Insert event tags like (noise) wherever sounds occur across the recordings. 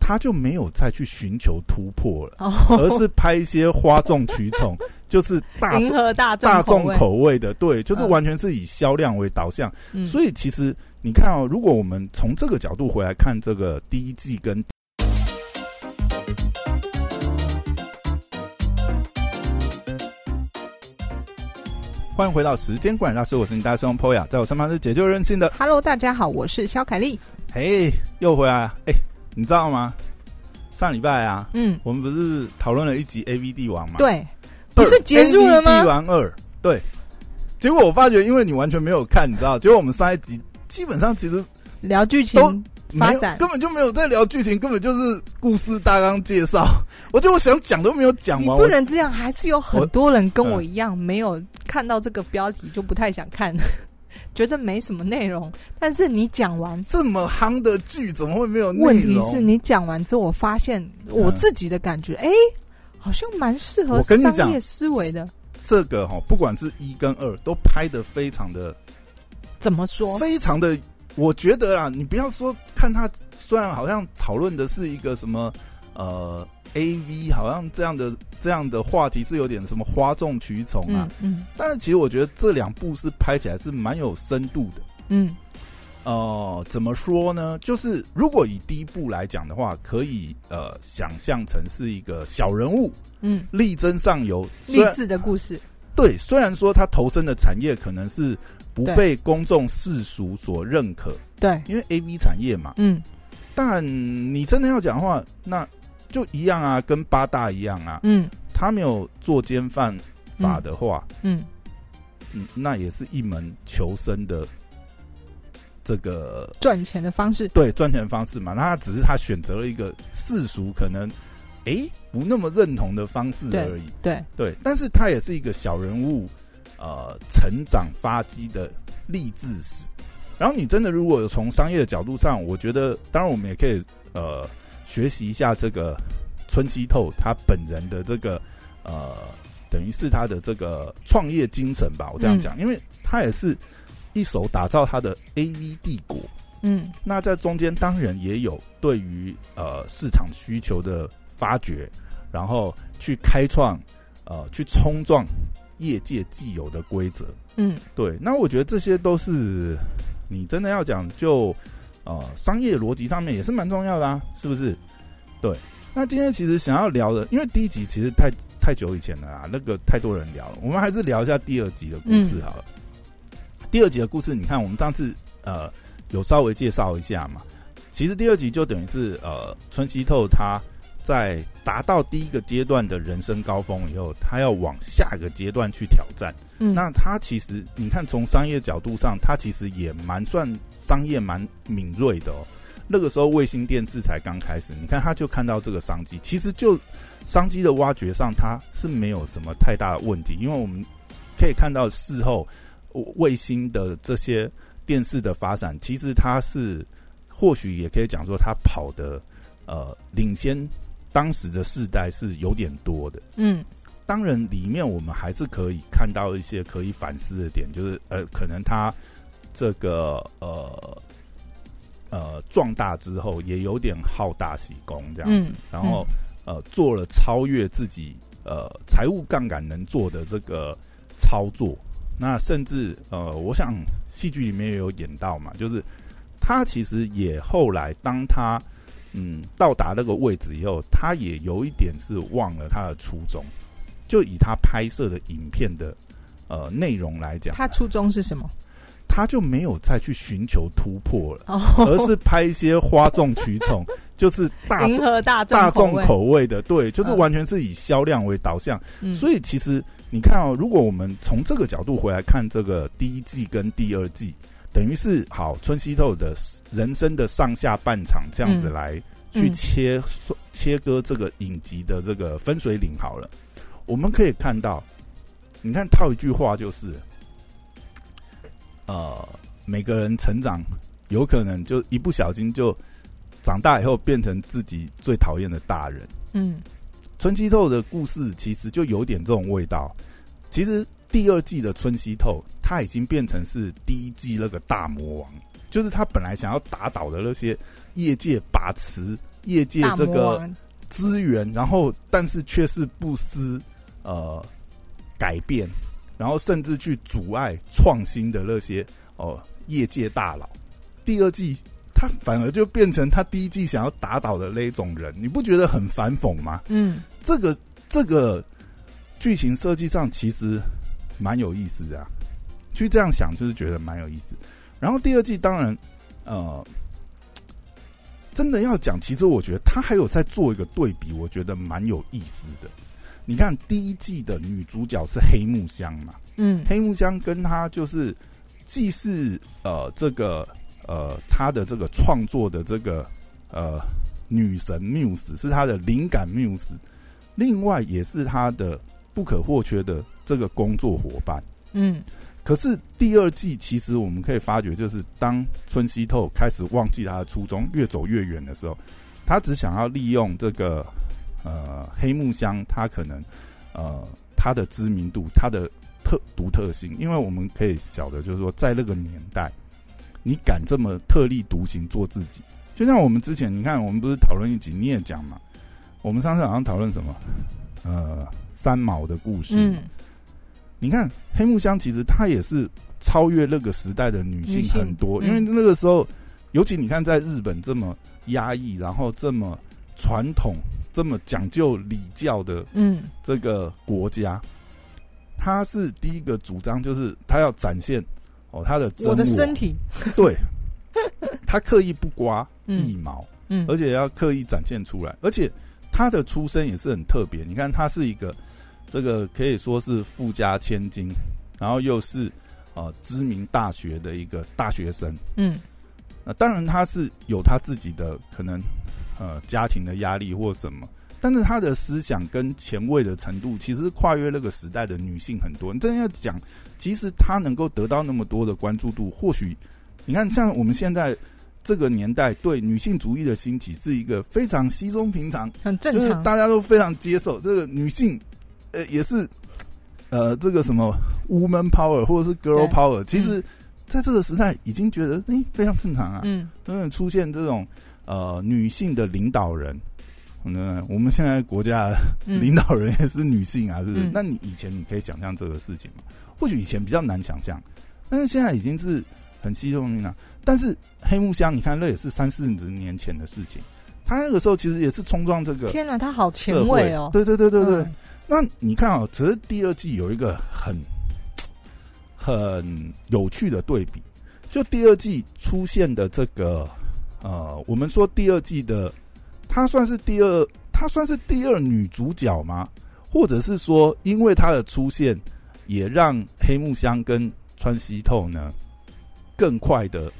他就没有再去寻求突破 (laughs) 了，而哦，是拍一些哗众取宠， (laughs) 就是大迎众合大众大众味，口味的，对，就是嗯完全是以销量为导向。嗯所以其实你看哦，如果我们从这个角度回来看这个第一季跟。欢迎回到时间管大师，我是你大师兄 Poya，在我身旁是解救任性的， Hello，大家好，我是肖凯丽。嘿，又回来了，哎，你知道吗？上礼拜啊，嗯，我们不是讨论了一集 A V 帝王吗？对，二，不是结束了吗 AV 帝王二，对。结果我发觉，因为你完全没有看，你知道，结果我们上一集基本上其实聊剧情都没发有，展根本就没有在聊剧情，根本就是故事大纲介绍。 (laughs) 我觉得我想讲都没有讲你完，不啊我能这样，还是有很多人跟我一样，没有看到这个标题就不太想看， (laughs) 觉得没什么内容。但是你讲完，这么夯的剧怎么会没有内容？嗯问题是你讲完之后，我发现我自己的感觉，哎、好像蛮适合我跟你讲商业思维的。这个哈、不管是一跟二都拍的非常的怎么说？非常的，我觉得啦，你不要说看他，虽然好像讨论的是一个什么呃 A V，好像这样的这样的话题是有点什么哗众取宠啊，嗯嗯但是其实我觉得这两部是拍起来是蛮有深度的。嗯呃，怎么说呢？就是如果以第一部来讲的话，可以呃想象成是一个小人物嗯，力争上游，虽励然志的故事。对，虽然说他投身的产业可能是不对被公众世俗所认可，对，因为 A B 产业嘛，嗯但你真的要讲的话，那就一样啊，跟八大一样啊，嗯他没有作奸犯法的话，嗯，嗯，那也是一门求生的这个赚钱的方式。对赚钱方式嘛。那他只是他选择了一个世俗可能诶、不那么认同的方式对而已。对，对，但是他也是一个小人物，呃，成长发迹的励志史。然后你真的如果有从商业的角度上，我觉得，当然我们也可以呃学习一下这个村西透他本人的这个呃，等于是他的这个创业精神吧，我这样讲，因为他也是一手打造他的 AV 帝国。嗯那在中间当然也有对于呃市场需求的发掘，然后去开创呃去冲撞业界既有的规则。嗯对，那我觉得这些都是你真的要讲就呃商业逻辑上面也是蛮重要的啊，是不是？对，那今天其实想要聊的，因为第一集其实太太久以前了啦，那个太多人聊了，我们还是聊一下第二集的故事好了。第二集的故事，你看我们上次呃有稍微介绍一下嘛，其实第二集就等于是呃春熙透他。在达到第一个阶段的人生高峰以后，他要往下一个阶段去挑战。嗯，那他其实，你看从商业角度上，他其实也蛮算商业蛮敏锐的哦。那个时候卫星电视才刚开始，你看他就看到这个商机，其实就商机的挖掘上，他是没有什么太大的问题，因为我们可以看到事后呃卫星的这些电视的发展，其实它是或许也可以讲说它跑的呃领先当时的世代是有点多的。嗯当然，里面我们还是可以看到一些可以反思的点，就是呃，可能他这个呃呃壮大之后，也有点好大喜功这样子，嗯然后呃做了超越自己呃财务杠杆能做的这个操作。那甚至呃，我想戏剧里面也有演到嘛，就是他其实也后来当他嗯到达那个位置以后，他也有一点是忘了他的初衷。就以他拍摄的影片的呃内容来讲，他初衷是什么？他就没有再去寻求突破了，哦，而 (laughs) 是拍一些哗众取宠，就是大迎众合大众大众味。口味的，对，就是嗯完全是以销量为导向。嗯所以其实你看哦，如果我们从这个角度回来看这个第一季跟第二季，等于是好春熙透的人生的上下半场这样子嗯来去嗯切、切割这个影集的这个分水岭好了，我们可以看到，你看套一句话就是，呃，每个人成长有可能就一不小心就长大以后变成自己最讨厌的大人。嗯春熙透的故事其实就有点这种味道。其实第二季的春熙透，他已经变成是第一季那个大魔王，就是他本来想要打倒的那些业界把持、业界大这魔个王，资源，然后但是却是不思呃改变，然后甚至去阻碍创新的那些哦、业界大佬。第二季他反而就变成他第一季想要打倒的那一种人，你不觉得很反讽吗？嗯，这个这个剧情设计上其实蛮有意思的、啊，去这样想就是觉得蛮有意思。然后第二季当然，呃，真的要讲，其实我觉得他还有在做一个对比，我觉得蛮有意思的。你看第一季的女主角是黑木香嘛，嗯，黑木香跟她就是既是呃这个呃她的这个创作的这个呃女神 Muse 是她的灵感 Muse，另外也是她的不可或缺的这个工作伙伴。嗯，可是第二季其实我们可以发觉，就是当春熙透开始忘记他的初衷，越走越远的时候，他只想要利用这个呃黑木香，他可能呃他的知名度，他的特独特性，因为我们可以晓得，就是说在那个年代，你敢这么特立独行做自己，就像我们之前，你看我们不是讨论一集，你也讲嘛，我们上次好像讨论什么呃三毛的故事，嗯，你看黑木香，其实她也是超越那个时代的女性女性很多，嗯因为那个时候，尤其你看在日本这么压抑，然后这么传统、这么讲究礼教的嗯，这个国家，她是第一个主张就是她要展现哦她的真我的身体，对，她刻意不刮一嗯毛，嗯，而且要刻意展现出来，而且她的出身也是很特别。你看，她是一个这个可以说是富家千金，然后又是呃知名大学的一个大学生。嗯那、当然，她是有她自己的可能呃家庭的压力或什么，但是她的思想跟前卫的程度，其实是跨越那个时代的女性很多。你真的要讲，其实她能够得到那么多的关注度，或许你看，像我们现在。这个年代对女性主义的兴起是一个非常稀松平常，很正就是常，大家都非常接受这个女性，呃，也是呃这个什么 woman power 或者是 girl 对嗯 power，其实在这个时代已经觉得哎、诶非常正常啊，嗯嗯，出现这种呃女性的领导人。嗯，我们现在国家嗯，领导人也是女性啊，是不是？嗯那你以前你可以想象这个事情吗？或许以前比较难想象，但是现在已经是很稀松平常。但是黑木香，你看那也是三四十年前的事情，他那个时候其实也是冲撞这个天哪，他好前社会卫哦，对对对对对。嗯那你看啊、只是第二季有一个很很有趣的对比，就第二季出现的这个呃，我们说第二季的她算是第二，她算是第二女主角吗？或者是说，因为她的出现，也让黑木香跟川西透呢更快的，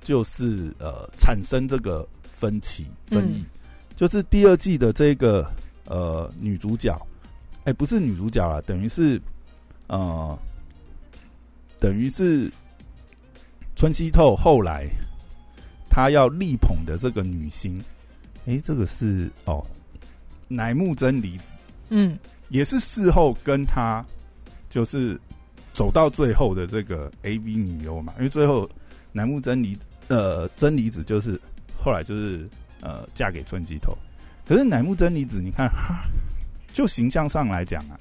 就是呃产生这个分歧分嗯异，就是第二季的这个呃女主角，哎、不是女主角啦，等于是呃，等于是春熙透后来她要力捧的这个女星，哎、这个是哦，乃木真理子嗯也是事后跟她就是走到最后的这个 A V 女优嘛，因为最后乃木真理子呃真理子就是后来就是呃嫁给春姬头，可是乃木真理子你看她就形象上来讲啊，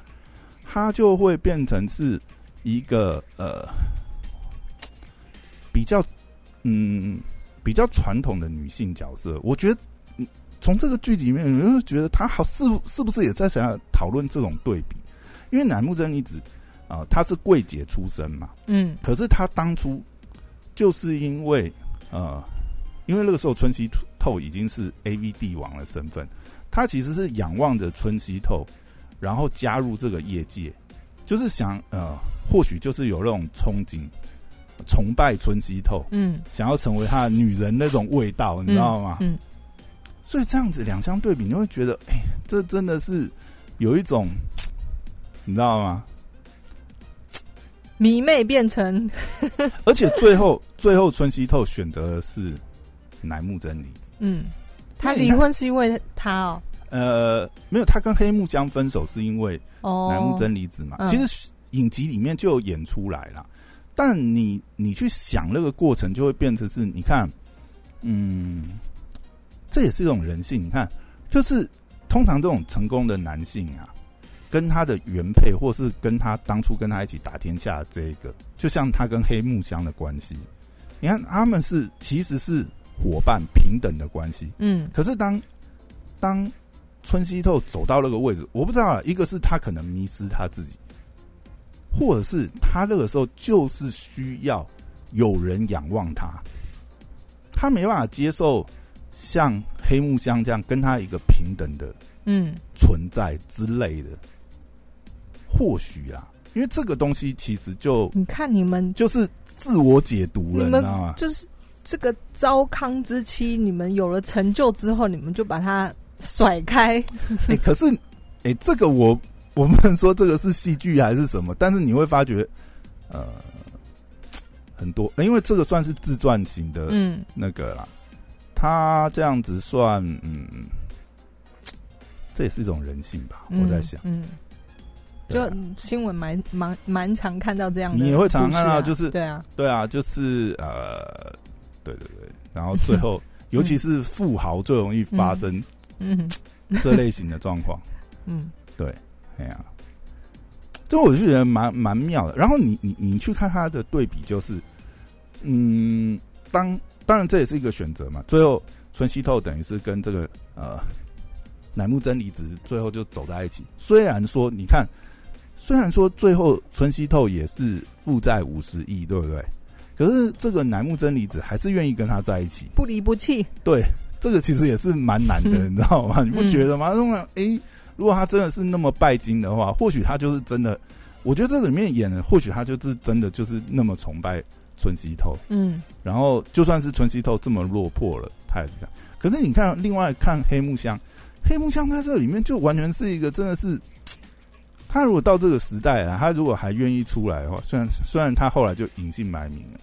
她就会变成是一个呃比较嗯比较传统的女性角色，我觉得。嗯从这个剧集里面，你就觉得她好是是不是也在想要讨论这种对比？因为乃木真理子啊、她是柜姐出身嘛，嗯可是他当初就是因为呃，因为那个时候春熙透已经是 A V 帝王的身份，他其实是仰望着春熙透，然后加入这个业界，就是想呃，或许就是有那种憧憬、崇拜春熙透，嗯，想要成为他的女人那种味道，你知道吗？嗯所以这样子两相对比，你会觉得，哎、这真的是有一种，你知道吗？迷妹变成而且最 (laughs) 后最后春熙透选择的是乃木真理子。嗯，他那你离看婚是因为他哦呃，没有，他跟黑木江分手是因为哦，乃木真理子嘛。嗯其实影集里面就有演出来啦，但你你去想那个过程，就会变成是，你看，嗯，这也是一种人性。你看，就是通常这种成功的男性啊，跟他的原配，或是跟他当初跟他一起打天下的这一个，就像他跟黑木香的关系，你看他们是其实是伙伴平等的关系。嗯可是当当春熙透走到那个位置，我不知道啊，一个是他可能迷失他自己，或者是他那个时候就是需要有人仰望他，他没办法接受像黑木香这样跟他一个平等的嗯存在之类的，或许啊，因为这个东西其实就你看你们就是自我解读了，你你们知道吗？就是这个糟糠之妻，你们有了成就之后，你们就把它甩开。 (laughs) 哎、可是，哎、这个我 (laughs) 我不能说这个是戏剧还是什么，但是你会发觉，呃，很多，欸因为这个算是自传型的嗯，那个啦，他这样子算，嗯，这也是一种人性吧，我在想。嗯，对就啊新闻蛮蛮蛮常看到这样的故事啊，你也会常看到就是对啊，对啊，就是呃，对对对，然后最 (laughs) 后，尤其是富豪最容易发生嗯这类型的状况。嗯哎呀、这我是觉得蛮蛮妙的。然后你你你去看他的对比，就是，嗯，当当然这也是一个选择嘛。最后春熙透等于是跟这个呃乃木真离子最后就走在一起。虽然说你看，虽然说最后春熙透也是负债五十亿，对不对？可是这个乃木真离子还是愿意跟他在一起，不离不弃，这个其实也是蛮难 (laughs) 的，嗯你知道吗？你不觉得吗？那么，诶，如果他真的是那么拜金的话，或许他就是真的。我觉得这里面演的，或许他就是真的就是那么崇拜春熙透，嗯然后就算是春熙透这么落魄了，他也是这样。可是你看，另外看黑木香，黑木香在这里面就完全是一个真的是，他如果到这个时代啊，他如果还愿意出来的话，虽然虽然他后来就隐姓埋名了，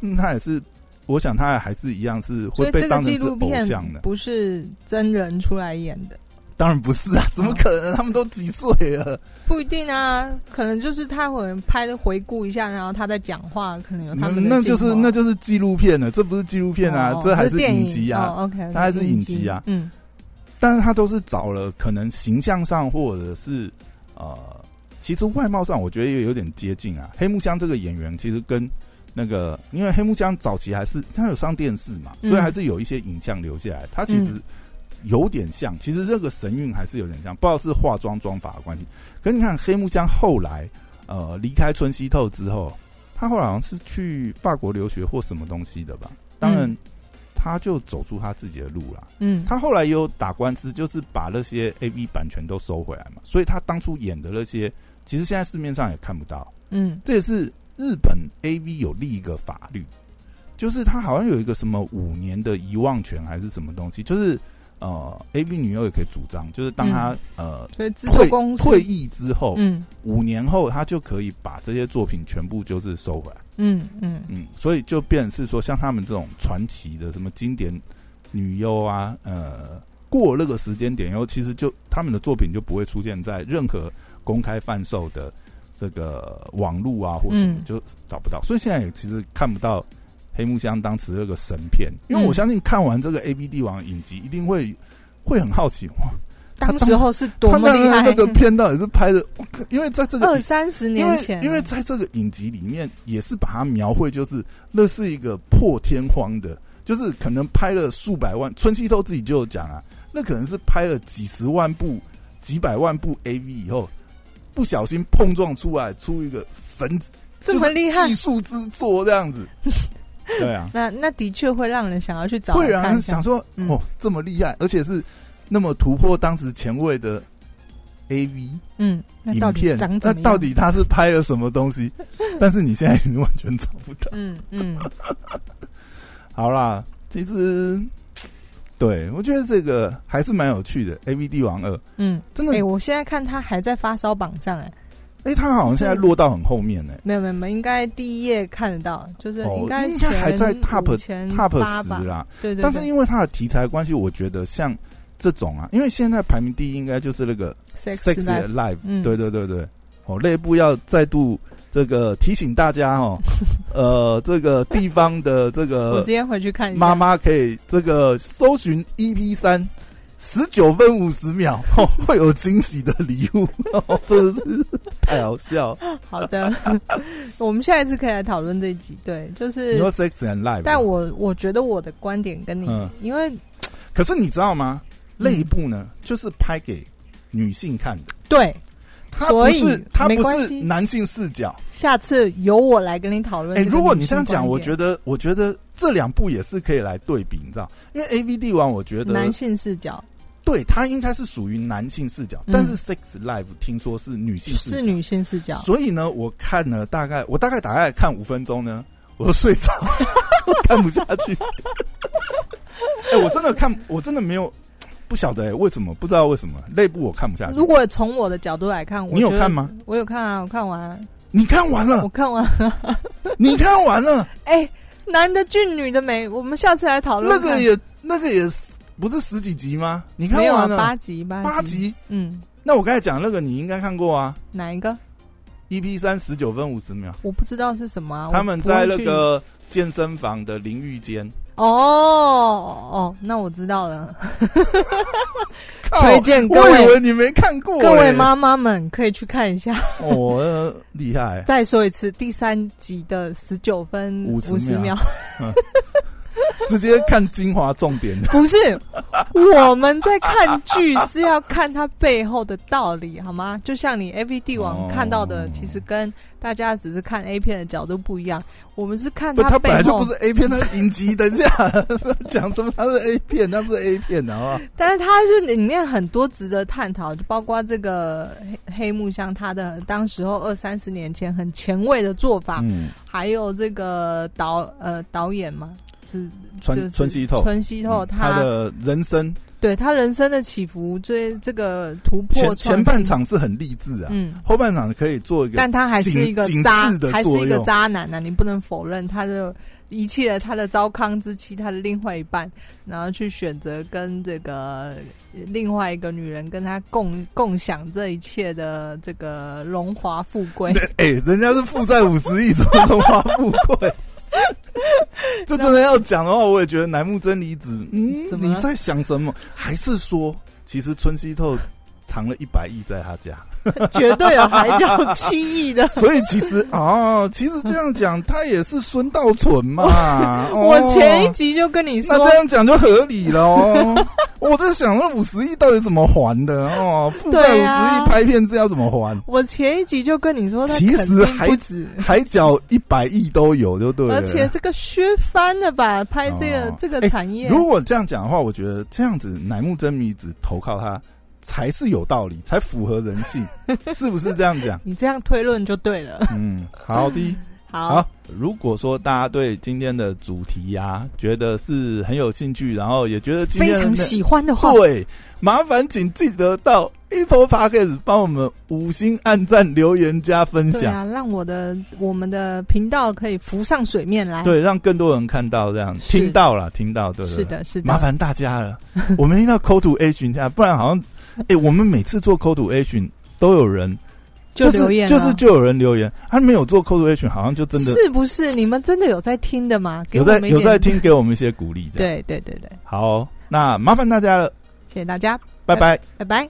嗯，他也是，我想他还是一样是所会以被这个当成纪是录偶片像的。不是真人出来演的，当然不是嗯啊，怎么可能？他们都几岁了？不一定啊，可能就是他可能拍的回顾一下，然后他在讲话，可能有嗯他那们的嗯那就是镜头那就是纪录片了，这不是纪录片啊哦，这还是电影影集啊。哦、，OK，它还是影集啊嗯但是他都是找了可能形象上或者是呃，其实外貌上我觉得也有点接近啊。黑木香这个演员其实跟那个，因为黑木香早期还是他有上电视嘛，嗯所以还是有一些影像留下来。他其实嗯有点像，其实这个神韵还是有点像，不知道是化妆妆法的关系。可你看黑木香后来呃离开春熙透之后，他后来好像是去法国留学或什么东西的吧，当然嗯他就走出他自己的路啦。嗯，他后来也有打官司，就是把那些 A V 版权都收回来嘛，所以他当初演的那些，其实现在市面上也看不到。嗯这也是日本 A V 有立一个法律，就是他好像有一个什么五年的遗忘权还是什么东西，就是呃 A V 女优也可以主张，就是当他、呃所以制作退嗯公司退役之后，嗯五、年后他就可以把这些作品全部就是收回来。嗯嗯嗯，所以就变成是说，像他们这种传奇的什么经典女优啊，呃，过那个时间点以后，其实就他们的作品就不会出现在任何公开贩售的这个网络啊或什么，嗯就找不到。所以现在也其实看不到黑木香当时那个神片，因为我嗯相信看完这个 A B D 王影集，一定会会很好奇哇，他当时候是多他 (laughs) 么那厉个害，那个片到底是拍的，哇因为在这 (laughs) 个 (laughs) 二三十因年为前，啊因为在这个影集里面也是把它描绘，就是那是一个破天荒的，就是可能拍了数百万，春熙透自己就有讲啊，那可能是拍了几十万部、几百万部 AV 以后，不小心碰撞出来出一个神这么厉害就是技，术之作这样 (laughs) 子。对啊，那那的确会让人想要去找会来让看一人下想，说，嗯哦，这么厉害，而且是那么突破当时前卫的 AV。嗯，那到影底片，长那怎么样？到底他是拍了什么东西？ (laughs) 但是你现在已经完全找不到。嗯嗯好啦，其实对我觉得这个还是蛮有趣的，《A V D 王二》 (laughs) 嗯，真的，哎、哎、我现在看他还在发烧榜上、哎，他好像现在落到很后面呢、没有没有没有，应该第一页看得到，就是哦应该应前、该还在 top- 前 Top 嗯八吧十，啦。对对对，但是因为它的题材关系，我觉得像这种啊，因为现在排名第一应该就是那个 sex Sex life Live，嗯对对对对，哦，内部要再度这个提醒大家 (laughs) 哦，呃，这个地方的这我个今天回去看一下。妈妈可以这个搜寻 EP 三。十九分五十 (laughs) 秒、哦，会有惊喜的礼物， (laughs) 哦、真的是太好笑了。好的， (laughs) 我们下一次可以来讨论这一集。对，就你是，说 Sex and Life，啊但我我觉得我的观点跟你，嗯因为可是你知道吗？嗯那一部呢，就是拍给女性看的，对，它所不以是它没不关是系男性视角。下次由我来跟你讨论哎、这个女性观点。如果你这样讲，我觉得我觉得这两部也是可以来对比，你知道？因为 A V 帝王，我觉得男性视角对它应该是属于男性视角，嗯但是 Sex Life 听说是女性视是角，女性视角，所以呢，我看了大概我大概大概看五分钟呢， (laughs) 我就睡着， (laughs) 我看不下去。 (laughs) 哎、我真的看，我真的没有。不晓得、哎为什么，不知道为什么那部我看不下去。如果从我的角度来看，我啊你有觉得看吗？嗯我有看啊，我看完啊，你看完了我，看完。 (laughs) 你看完了，哎、男的俊，女的美，我们下次来讨那论看。个也那个也不是十几集吗？你看没有啊完了八集，八八集？嗯，那我刚才讲那个你应该看过啊哪一个？ ，EP 三十九分五十秒，我不知道是什么、啊。他们在那我不会去个健身房的淋浴间，哦哦，那我知道了。靠推荐各哦我以位为你没看过、各位哎？妈妈们可以去看一下。哦，呃厉害、再说一次，第三集的十九分50五十秒秒，直接看精华重 (laughs) 点。不是我们在看剧是要看它背后的道理，好吗？就像你 A V 帝王哦看到的，其实跟大家只是看 A 片的角度不一样，我们是看不，他背本来就后不是 A 片，他是影集。等一下， (laughs) 讲什么？他是 A 片，他不是 A 片的啊。但是它是里面很多值得探讨，就包括这个黑黑木香他的当时候二三十年前很前卫的做法，嗯，还有这个导呃导演嘛，是川就是川西透村西透嗯他他的人生对他人生的起伏，这这个突破前创前新半，场是很励志啊，嗯。后半场可以做一个但他还是一个警渣警示，的还是作一个用渣男啊！你不能否认，他就遗弃了他的糟糠之妻，他的另外一半，然后去选择跟这个呃另外一个女人跟他共共享这一切的这个荣华富 (laughs) 贵。 (laughs) 哎、人家是负债五十亿，怎么荣华富 (laughs) 贵？这真的要讲的话，我也觉得乃木真离子，嗯，怎么你了在想什么？还是说，其实春熙透藏了一百亿在他家，。绝对有还叫七亿的所以其实哦，其实这样讲，他也是孙道存 (laughs) 嘛。 (laughs) 哦我前一集就跟你说那，这样讲就合理了哦。 (laughs) 我在想，那五十亿到底怎么还的？哦，负债五对啊十亿拍片是要怎么还？我前一集就跟你说，他其实肯定还不止，海角一百亿都有，就对了。而且这个削翻了吧？拍这个、哦这个哎产业，如果这样讲的话，我觉得这样子乃木真弥子投靠他才是有道理，才符合人 (laughs) 性，是不是这样讲？你这样推论就对了。嗯，好的，好，好。如果说大家对今天的主题呀、觉得是很有兴趣，然后也觉得今非天的常内喜欢的话，对，麻烦请记得到 Apple Podcast 帮我们五星按赞、留言、加分对享。啊，让我的我们的频道可以浮上水面来。，对，让更多人看到，这样是听到了，听到，对对对是的，是的。麻烦大家了，我们一定要 call to action 一下，不然好 (laughs) 像，哎、我们每次做 call to action 都有人就是留言就了是就有人留言，他没有做 call to action，好像就真的是不是你们真的有在听的吗？给有我在们一有点在。听，给我们一些鼓励，这样对对对对，哦好，那麻烦大家了，谢谢大家，拜拜。拜拜。